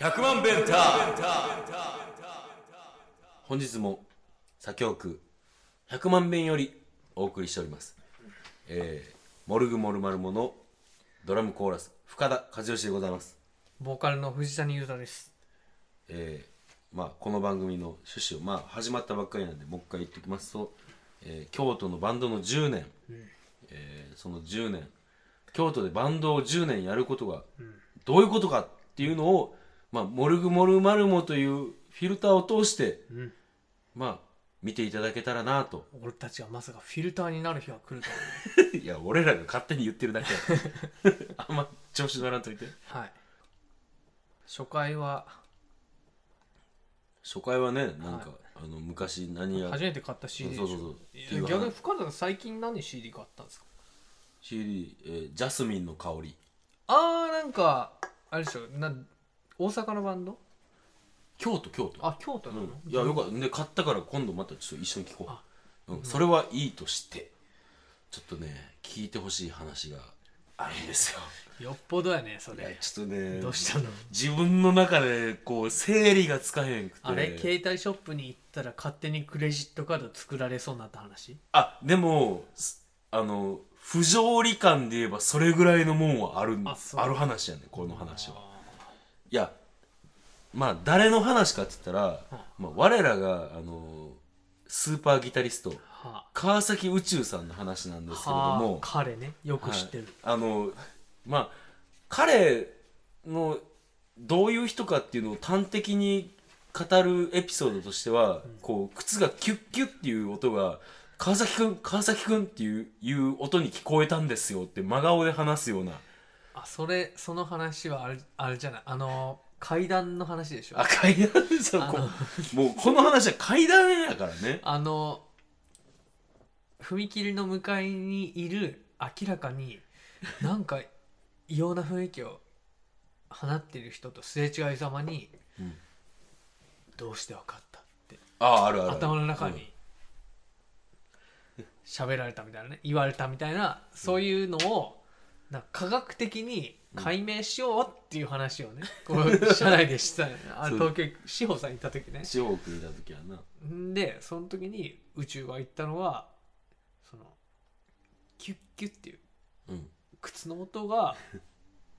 100万ベンター本日も左京区100万遍よりお送りしております、えー、モルグモルマルモのドラムコーラス深田和義でございます、ボーカルの藤谷裕太です。えーまあ、この番組の趣旨を、まあ、始まったばっかりなんでもう一回言っておきますと、えー京都のバンドの10年、えーその10年京都でバンドを10年やることがどういうことかっていうのを、まあ、モルグモルマルモというフィルターを通して、んまあ見ていただけたらな と俺たちがまさかフィルターになる日が来るとは。いや俺らが勝手に言ってるだけ あんま調子乗らんといて はい。初回は、初回はねなんか、あの昔何や初めて買った CD でしょ。そうそうそういやっていう話逆に深田さん最近何 CD 買ったんですか CD、えージャスミンの香り」あー、なんか、あれでしょ、な大阪のバンド京都京都あ、京都なの、いやよかったで買ったから今度またちょっと一緒に聞こあう、うん、それはいいとしてちょっとね聞いてほしい話があるんですよよっぽどやね、そいやれ。ちょっとねどうしたの自分の中でこう整理がつかへんくてあれ、携帯ショップに行ったら勝手にクレジットカード作られそうになった話あでもすあの不条理感で言えばそれぐらいのもんはあるんあそうある話やねこの話はいやまあ誰の話かって言ったら、まあ、我らがあのスーパーギタリストは川崎宇宙さんの話なんであ、すけれども、はあ彼ね、よく知ってる。はいあのまあ彼のどういう人かっていうのを端的に語るエピソードとしては、こう靴がキュッキュッっていう音が川崎くん川崎くんっていういう音に聞こえたんですよって真顔で話すようなあそれその話はあれあれじゃないあの階段の話でしょああ階段じゃんこうもうこの話は階段やからねの踏切の向かいにいる明らかになんか異様な雰囲気を放っている人とすれ違いざまに、んどうして分かったってああるあるある頭の中うんに喋られたみたいなね言われたみたいなそういうのをなんか科学的に解明しようっていう話をね、こう 社内でしてたのよねあそう東京志保さん行った時ね塩をくれた時はなんでその時に宇宙が言ったのはそのキュッキュッっていううん 靴の音が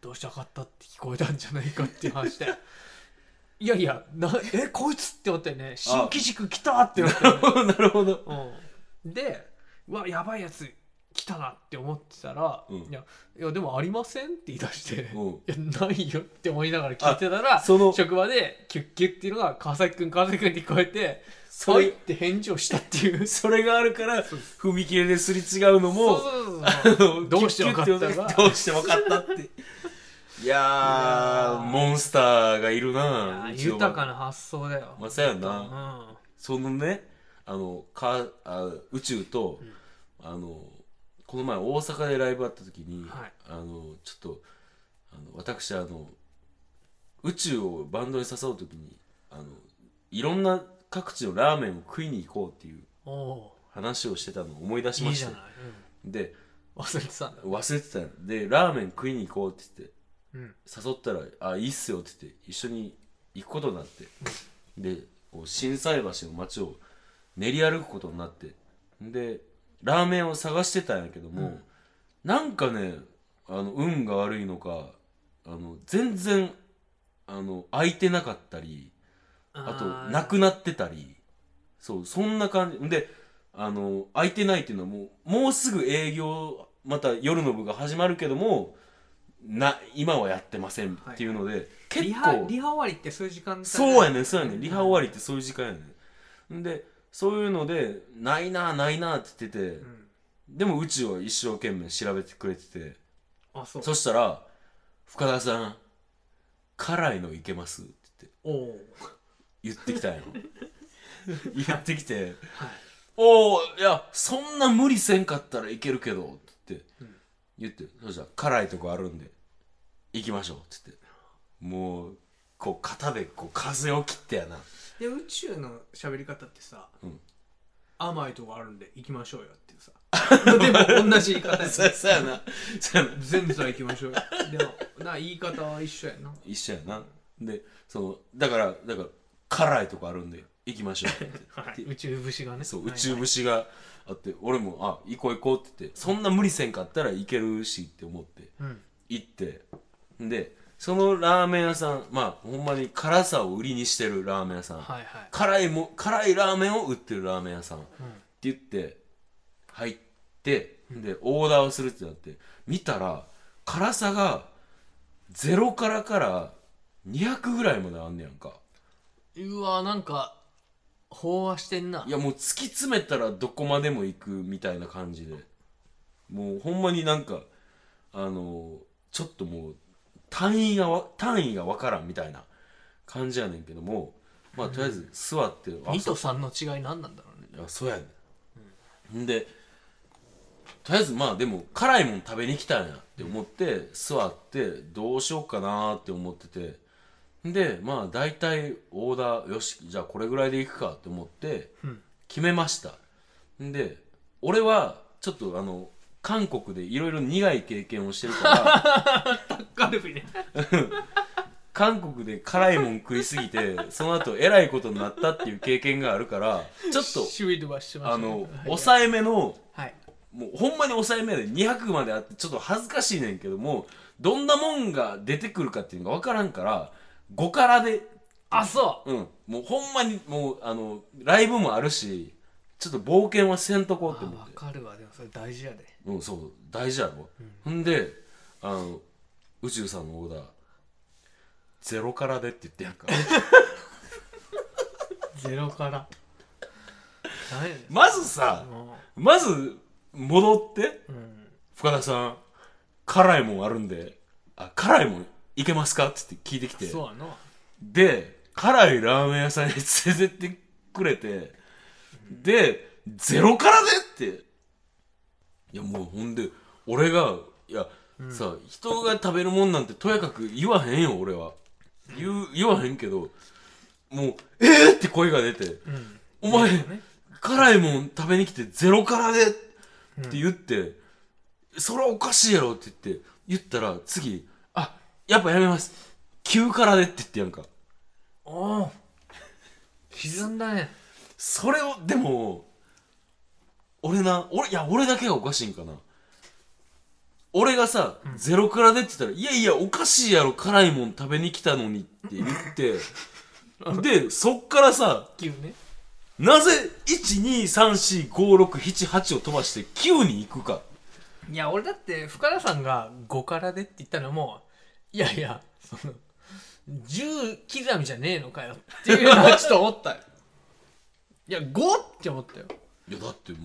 どうしたかったって聞こえたんじゃないかっていう 話で。いやいや、なえ、こいつって思ったよね。新機軸来たって思ったよねなるほどうん、でうわやばいやつ来たなって思ってたら、うんいやいやでもありませんって言い出して、うん いやないよって思いながら聞いてたらその職場でキュッキュッっていうのが川崎君川崎君って聞こえて「それはい」って返事をしたっていうそれがあるから踏切ですれ違うのもそうそうそうそうどうして分かったかどうして分かったっていやーモンスターがいるないやうちの豊かな発想だよ、まあそうやうな、そのねあのかあ宇宙と、あのこの前大阪でライブあった時に、はいあのちょっとあの私あの宇宙をバンドに誘う時にあのいろんな各地のラーメンを食いに行こうっていうんお話をしてたのを思い出しーいまいしじたゃない、でうん、忘れてたんだ、忘れてたんでラーメン食いに行こうって言ってうん、誘ったら「あいいっすよ」って言って一緒に行くことになってでこう心斎橋の街を練り歩くことになってでラーメンを探してたんやけども、なんかねあの運が悪いのかあの全然あの空いてなかったりあとな泣くくなってたりそうそんな感じであの空いてないっていうのはもうもうすぐ営業また夜の部が始まるけどもな今はやってませんっていうので、結リハ構リハ終わりってそういう時間帯そうやねんそうやねんリハ終わりってそういう時間やねんんでそういうのでないなないなって言ってて、んでもうちは一生懸命調べてくれててあそうそしたら「深田さん辛いのいけます?」って言っておおー言ってきたんよ 言ってきて「おおいやそんな無理せんかったらいけるけど」って言って、言って「そうじゃ辛いとこあるんで行きましょう」って言ってもうこう 肩でこう風を切ってやなで宇宙の喋り方ってさ、うん甘いとこあるんで行きましょうよっていうさでも同じ言い方やそねうそうやなそうやな全部さ行きましょうよでもな言い方は一緒やな一緒やなでそのだからだから辛いとこあるんで行きましょうって はい宇宙節がねそうはい宇宙虫があって俺も「あ行こう行こう」って言ってそんな無理せんかったらいけるしって思ってうん行ってでそのラーメン屋さんまあほんまに辛さを売りにしてるラーメン屋さん、はいはい辛いも辛いラーメンを売ってるラーメン屋さんって言って入ってでオーダーをするってなって見たら辛さが0辛から200ぐらいまであんねやんかうわなんか飽和してんないやもう突き詰めたらどこまでも行くみたいな感じでもうほんまになんかあのちょっともう単位がわ単位がわからんみたいな感じやねんけどもまあとりあえず座って、あ2と3の違い何なんだろうね いやそうやねん、ん、でとりあえずまあでも辛いもん食べに来たんやって思って、座ってどうしようかなーって思っててでまあ大体オーダーよしじゃあこれぐらいでいくかって思ってうん決めました、ん、で俺はちょっとあの韓国でいろいろ苦い経験をしてる からカルビね韓国で辛いもん食いすぎてその後えらいことになったっていう経験があるからちょっとシュイド バしましたあねのはい抑えめのはいもうほんまに抑えめやで200まであってちょっと恥ずかしいねんけどもどんなもんが出てくるかっていうのが分からんから5からであそうんもうほんまにもうあのライブもあるしちょっと冒険はせんとこううってあ思っわてかるわでもそれ大事やでうんそう大事やろ、ほんであの宇宙さんのオーダーゼロからでって言って やんかゼ ロからダメだよまずさもまず戻ってううん深田さん辛いもんあるんであ辛いもんいけますかって言って聞いてきてそうやなで、辛いラーメン屋さんに連れてってくれて、で、ゼロからでって。いや、もうほんで、俺が、いや、さ、人が食べるもんなんてとやかく言わへんよ、俺は。言う、言わへんけど、もう、えーって声が出て、うんお前、ね辛いもん食べに来てゼロからでって言って、それはおかしいやろって言って、言ったら次、あ、やっぱやめます。9からでって言ってやんか。おお沈んだねそれをでも俺な俺いや俺だけがおかしいんかな俺がさ、ゼロからでって言ったら「いやいやおかしいやろ辛いもん食べに来たのに」って言って でそっからさ急ねなぜ123456778を飛ばして9に行くかいや俺だって深田さんが5からでって言ったのもいやいやその10刻みじゃねえのかよっていうのはちょっと思ったよいや5って思ったよいやだっても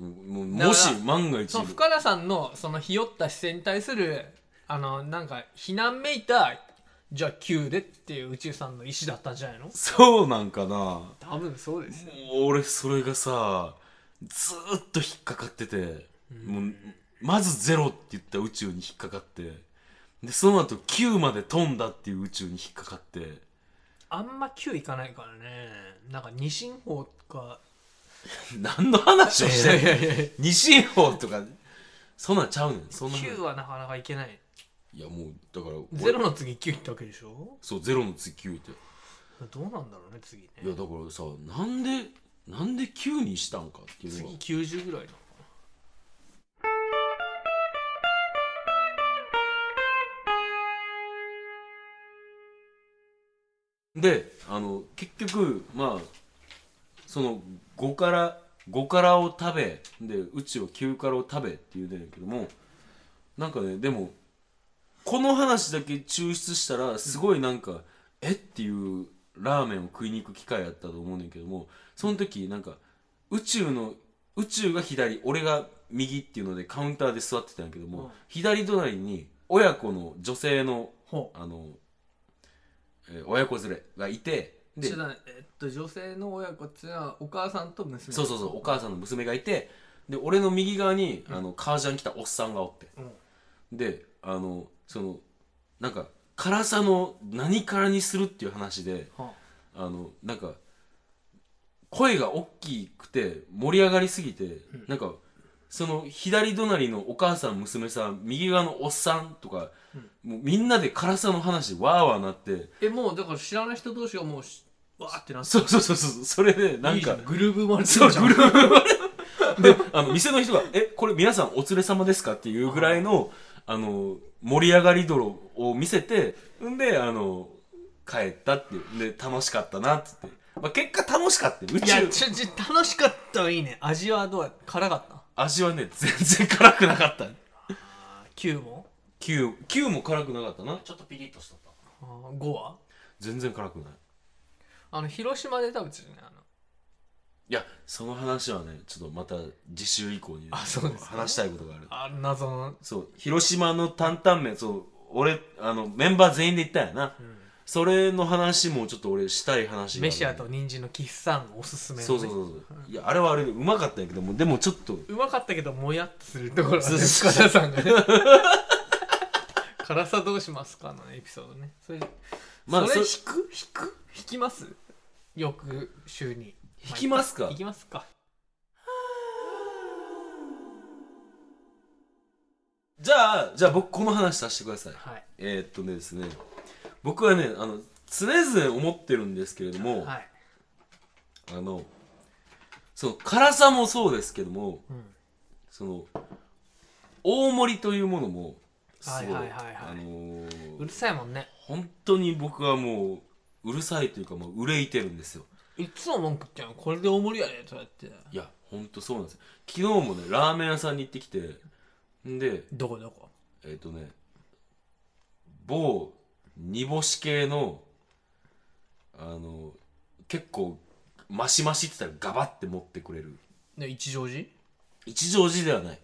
うもうだからもし万が一その深田さんのそのひよった姿勢に対するあのなんか避難めいたじゃあ9でっていう宇宙さんの意思だったんじゃないのそうなんかな多分そうですよもう俺それがさずーっと引っかかってて、もうまずゼロって言った宇宙に引っかかってでその後9まで飛んだっていう宇宙に引っかかって あんま9いかないからねなんか二進法か何の話をしてんのいや二進法とかそんなんちゃうねんそんな話9はなかなかいけないいやもうだから俺ゼロの次9いったわけでしょそうゼロの次9ってどうなんだろうね次ねいやだからさなんでなんで9にしたんかっていうのは次90ぐらいなのかであの結局まあその5から5からを食べでうちを9からを食べって言うてんやけどもなんかねでもこの話だけ抽出したらすごいなんか、えっていうラーメンを食いに行く機会やったと思うねんけどもその時なんか宇宙の宇宙が左俺が右っていうのでカウンターで座ってたんやけども、うん左隣に親子の女性のほあの、えー親子連れがいてうでちょっと待ってえっと女性の親子っていうのはお母さんと娘そうそうそうお母さんの娘がいてで俺の右側にあの革ジャン着たおっさんがおってうんであのそのなんか辛さの何からにするっていう話ではあのなんか声が大きくて盛り上がりすぎて、なんかその左隣のお母さん娘さん右側のおっさんとか、もうみんなで辛さの話でわーわーなってえもうだから知らない人同士がもうしわーってなってそうそうそうそうそれでなんいいじゃかんグルーヴ生まれてそうるじゃんグループであの店の人が「えこれ皆さんお連れ様ですか?」っていうぐらいのあの盛り上がり泥を見せてんであの帰ったっていうで楽しかったなっつって、まあ、結果楽しかったよ宇いや宙ちょちょ楽しかったはいいね味はどうや辛かった味はね全然辛くなかったあー9も 9, 9も辛くなかったなちょっとピリッとしとったあー5は全然辛くないあの広島で食べてるねあのいやその話はねちょっとまた次週以降にねあそうですね話したいことがあるあの謎のそう広島の担々麺そう俺あのメンバー全員で行ったんやな、それの話もちょっと俺したい話があるメシアと人参のキッサンおすすめのねそうそうそうそういやあれはあれでうまかったんやけどもでもちょっとうまかったけどもやっとするところがねそう深田さんがね辛さどうしますかのエピソードねそれ,、まあそれそ引く引く引きます翌週に引きますか行きますかじゃあじゃあ僕この話させてくださいはいえー、っとねですね僕はねあの常々思ってるんですけれども、はいあのその辛さもそうですけども、んその大盛りというものもすごい、はいはいはいはいあのーうるさいもんね本当に僕はもううるさいというかもう憂いてるんですよいつも文句言っちゃうのこれで大盛りやでとか言っていや本当そうなんですよ昨日もねラーメン屋さんに行ってきてんでどこどこえっ、とね某煮干し系のあの結構マシマシって言ったらガバって持ってくれるね一乗寺一乗寺ではない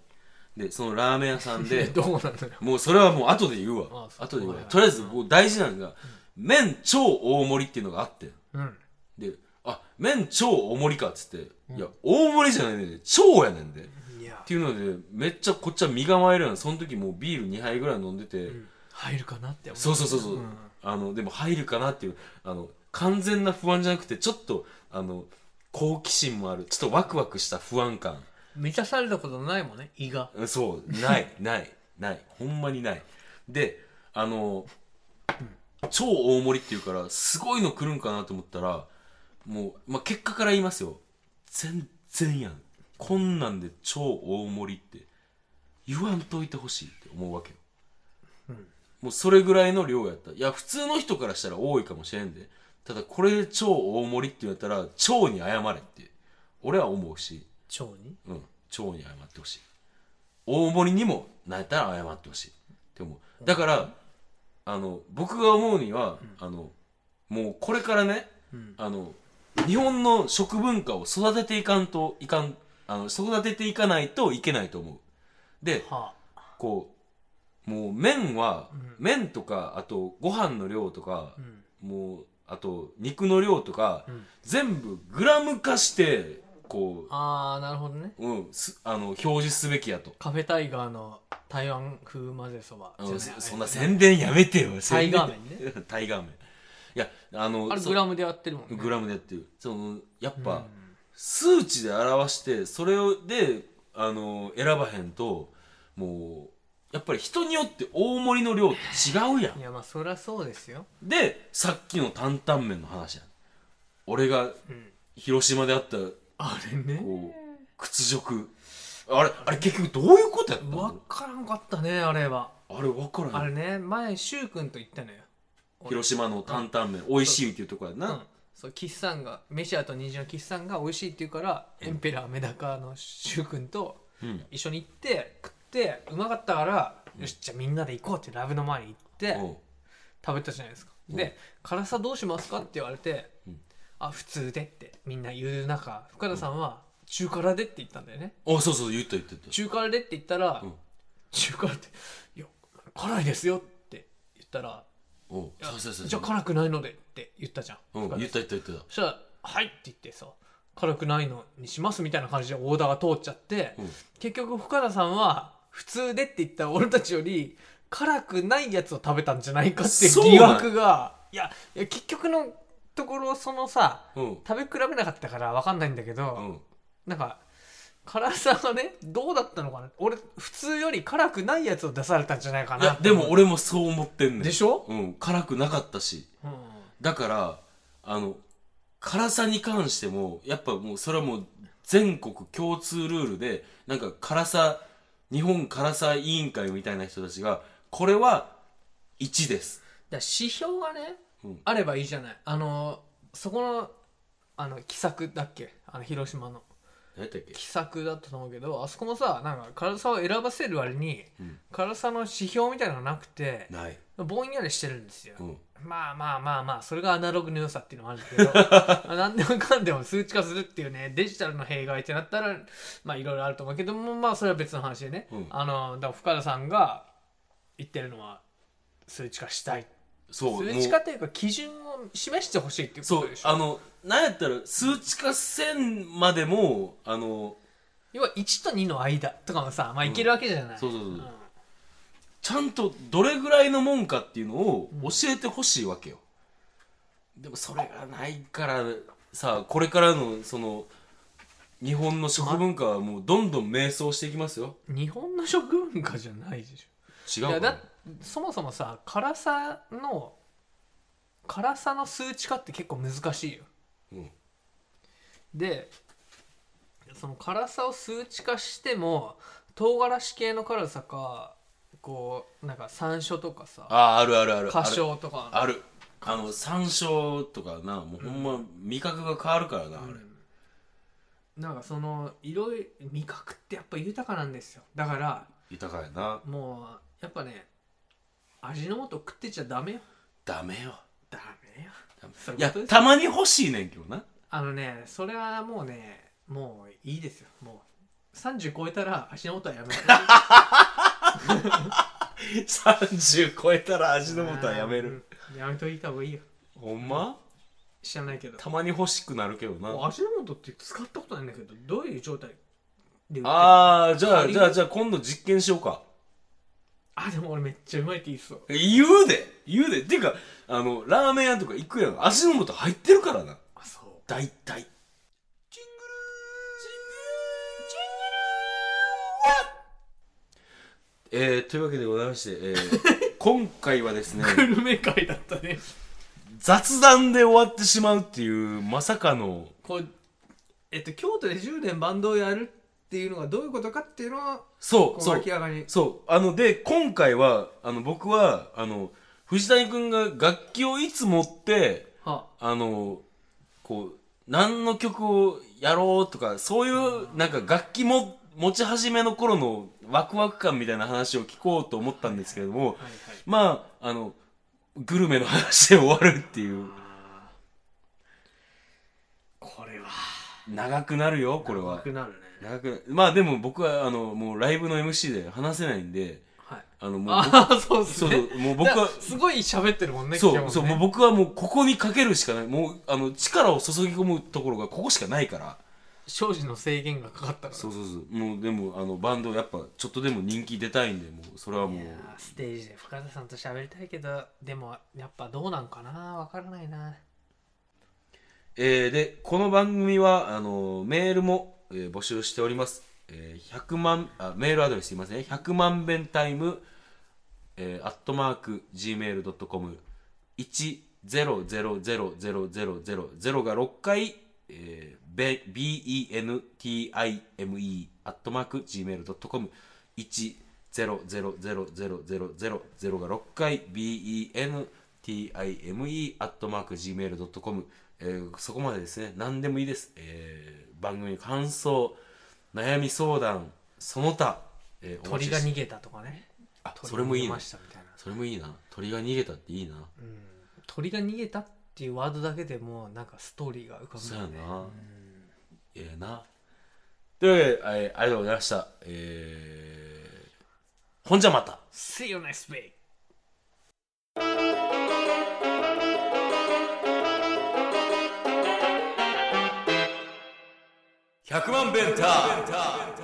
でそのラーメン屋さんえ でどこなのよもうそれはもう後で言うわあそう後で言うわはいとりあえずもう大事なのが、麺超大盛りっていうのがあってうんであ麺超大盛りかっつって、いや大盛りじゃないねんで超やねんで、っいやていうのでめっちゃこっちは身構えるやんその時もうビール2杯ぐらい飲んでて、入るかなって思そうそうそうそう、あのでも入るかなっていうあの完全な不安じゃなくてちょっとあの好奇心もあるちょっとワクワクした不安感満たされたことないもんね胃がうんそうないないないほんまにないであの、超大盛りっていうからすごいの来るんかなと思ったらもう、まあ、結果から言いますよ全然やんこんなんで超大盛りって言わんといてほしいって思うわけよ、もうそれぐらいの量やったいや普通の人からしたら多いかもしれんでただこれで超大盛りって言ったら超に謝れって俺は思うし腸にうん、蝶に謝ってほしい大森にもなったら謝ってほしいって思うだからあの僕が思うには、あのもうこれからね、あの日本の食文化を育てていかんといかんあの育てていかないといけないと思うではあこうもう麺は、麺とかあとご飯の量とか、んもうあと肉の量とか、ん全部グラム化してこうあーなるほどねうん、すあの表示すべきやと。カフェタイガーの台湾風混ぜそばあじゃのないそそんな宣伝やめてよ。 タイガーン。麺ね タイガーメン。いや、あの、あれそグラムでやってるもんねグラムでやってる。その、やっぱ、うん数値で表して、それで、あの、選ばへんと、もう、やっぱり人によって大盛りの量って違うやいん。やまあそりゃそうですよで、さっきの担々麺の話やん。俺がうん広島であった、あれねこう、屈辱。あれ、あれ結局どういうことやったわのからんかったねあれはあれ分からへん。あれね前柊君と行ったのよ広島の担々麺美味しいっていうとこやう、なんそう岸さんがメシアと虹の岸さんが美味しいって言うから、エンペラーメダカの柊君とうん一緒に行って食ってうまかったから、よしじゃあみんなで行こうってライブの前に行って、うん食べたじゃないですか、うんで辛さどうしますかって言われて、うんあ普通でってみんな言う中深田さんは中辛でって言ったんだよねあそうそう言った言った言った中辛でって言ったら、うん中辛って「いや辛いですよ」って言ったらおういやそうそうそうじゃあ辛くないのでって言ったじゃん、うん深言田っさんた言った言ったそしたら「はい」って言ってさ辛くないのにしますみたいな感じでオーダーが通っちゃって、うん結局深田さんは普通でって言った俺たちより辛くないやつを食べたんじゃないかっていうそう疑なん惑がいやいや結局のところそのさうん食べ比べなかったから分かんないんだけど、うんなんか辛さがねどうだったのかな俺普通より辛くないやつを出されたんじゃないかいなやでも俺もそう思ってんねんでしょ、うん辛くなかったしうん、だからあの辛さに関してもやっぱもうそれはもう全国共通ルールでなんか辛さ日本辛さ委員会みたいな人たちがこれは1ですだから指標がね、うんあればいいじゃないあのそこのあの喜作だっけあの広島の何やったっけ喜作だったと思うけどあそこもさなんか辛さを選ばせる割に、うん辛さの指標みたいなのがなくてない、ぼんやりしてるんですよ、うん、まあまあまあまあそれがアナログの良さっていうのもある けど何でもかんでも数値化するっていうねデジタルの弊害ってなったらまあいろいろあると思うけどもまあそれは別の話でね、うんあのだから深田さんが言ってるのは数値化したいそう数もう値化というか基準を示してほしいっていうこそとうでしょあのなんやったら数値化せんまでもあの要は1と2の間とかもさまあいけるわけじゃない、そうそうそうそうんちゃんとどれぐらいのもんかっていうのを教えてほしいわけよ、でもそれがないからさこれからのその日本の食文化はもうどんどん迷走していきますよ日本の食文化じゃないでしょ違ういかなやだそもそもさ辛さの辛さの数値化って結構難しいようんでその辛さを数値化しても唐辛子系の辛さかこうなんか山椒とかさあああるあるある花椒とかあるあの山椒とかなもうほんま味覚が変わるからな、あれなんかそのいろいろ味覚ってやっぱ豊かなんですよだから豊かやなもうやっぱね味の素食ってちゃダメよダメよダメよダメそういいうやことですたまに欲しいねんけどなあのね、それはもうね、もういいですよ。もう30超えたら足の音 はやめる。 30超えたら味の素はやめるうん。やめといた方がいいよ。ほんま知らないけど。たまに欲しくなるけどなもう足の音って使ったことないんだけど、どういう状態で売ってるああ、じゃあ、仮にじゃあ、じゃあ、今度実験しようか。あ、でも俺めっちゃうまいって言いそう。言うで言うでっていうか、あの、ラーメン屋とか行くやん。味の素入ってるからな。あ、そう。大体。ジンえー、というわけでございまして、えー、今回はですね、グルメ会だったね。雑談で終わってしまうっていう、まさかの、こう、えっと、京都で10年バンドをやるっていうのがどういうことかっていうのは、そこう、うそ明う、らかに。そう。あの、で、今回は、あの、僕は、あの、藤谷くんが楽器をいつ持って、はあの、こう、何の曲をやろうとか、そういう、なんか楽器も持ち始めの頃のワクワク感みたいな話を聞こうと思ったんですけれどもあ、、はいはい。まあ、あの、グルメの話で終わるっていう、これは長くなるよ、これは長。くなるね長く、まあでも僕は、あの、もうライブの MC で話せないんで、はいあの、もう僕、ああそうっすそうねそう、もう僕だはか、らすごい喋ってるもんねそ今日う、もそう、もうね僕はもうここにかけるしかない。もう、あの、力を注ぎ込むところがここしかないから。庄司の制限がかかったからそうそうそうもうでもあのバンドやっぱちょっとでも人気出たいんでもうそれはもういやーステージで深田さんと喋りたいけどでもやっぱどうなんかなわからないなえーでこの番組はあのメールも、えー募集しております、えー100万あメールアドレスすいません100万遍タイムえーアットマーク gmail.com 100000000が6回、えー、べ bentime アットマーク gmail.com 100000000が6回 bentime アットマーク gmail.com えーそこまでですね何でもいいです、えー番組感想悩み相談その他、えーお待鳥ちしてが逃げたとかねあ鳥それもいいねが逃げましたみたいなそれもいいな鳥が逃げたっていいな、うん鳥が逃げたっていうワードだけでもうなんかストーリーが浮かぶそうよやねなうんええなというわけで、えーありがとうございましたえー、ほんじゃまた See you next week !100 万ベンター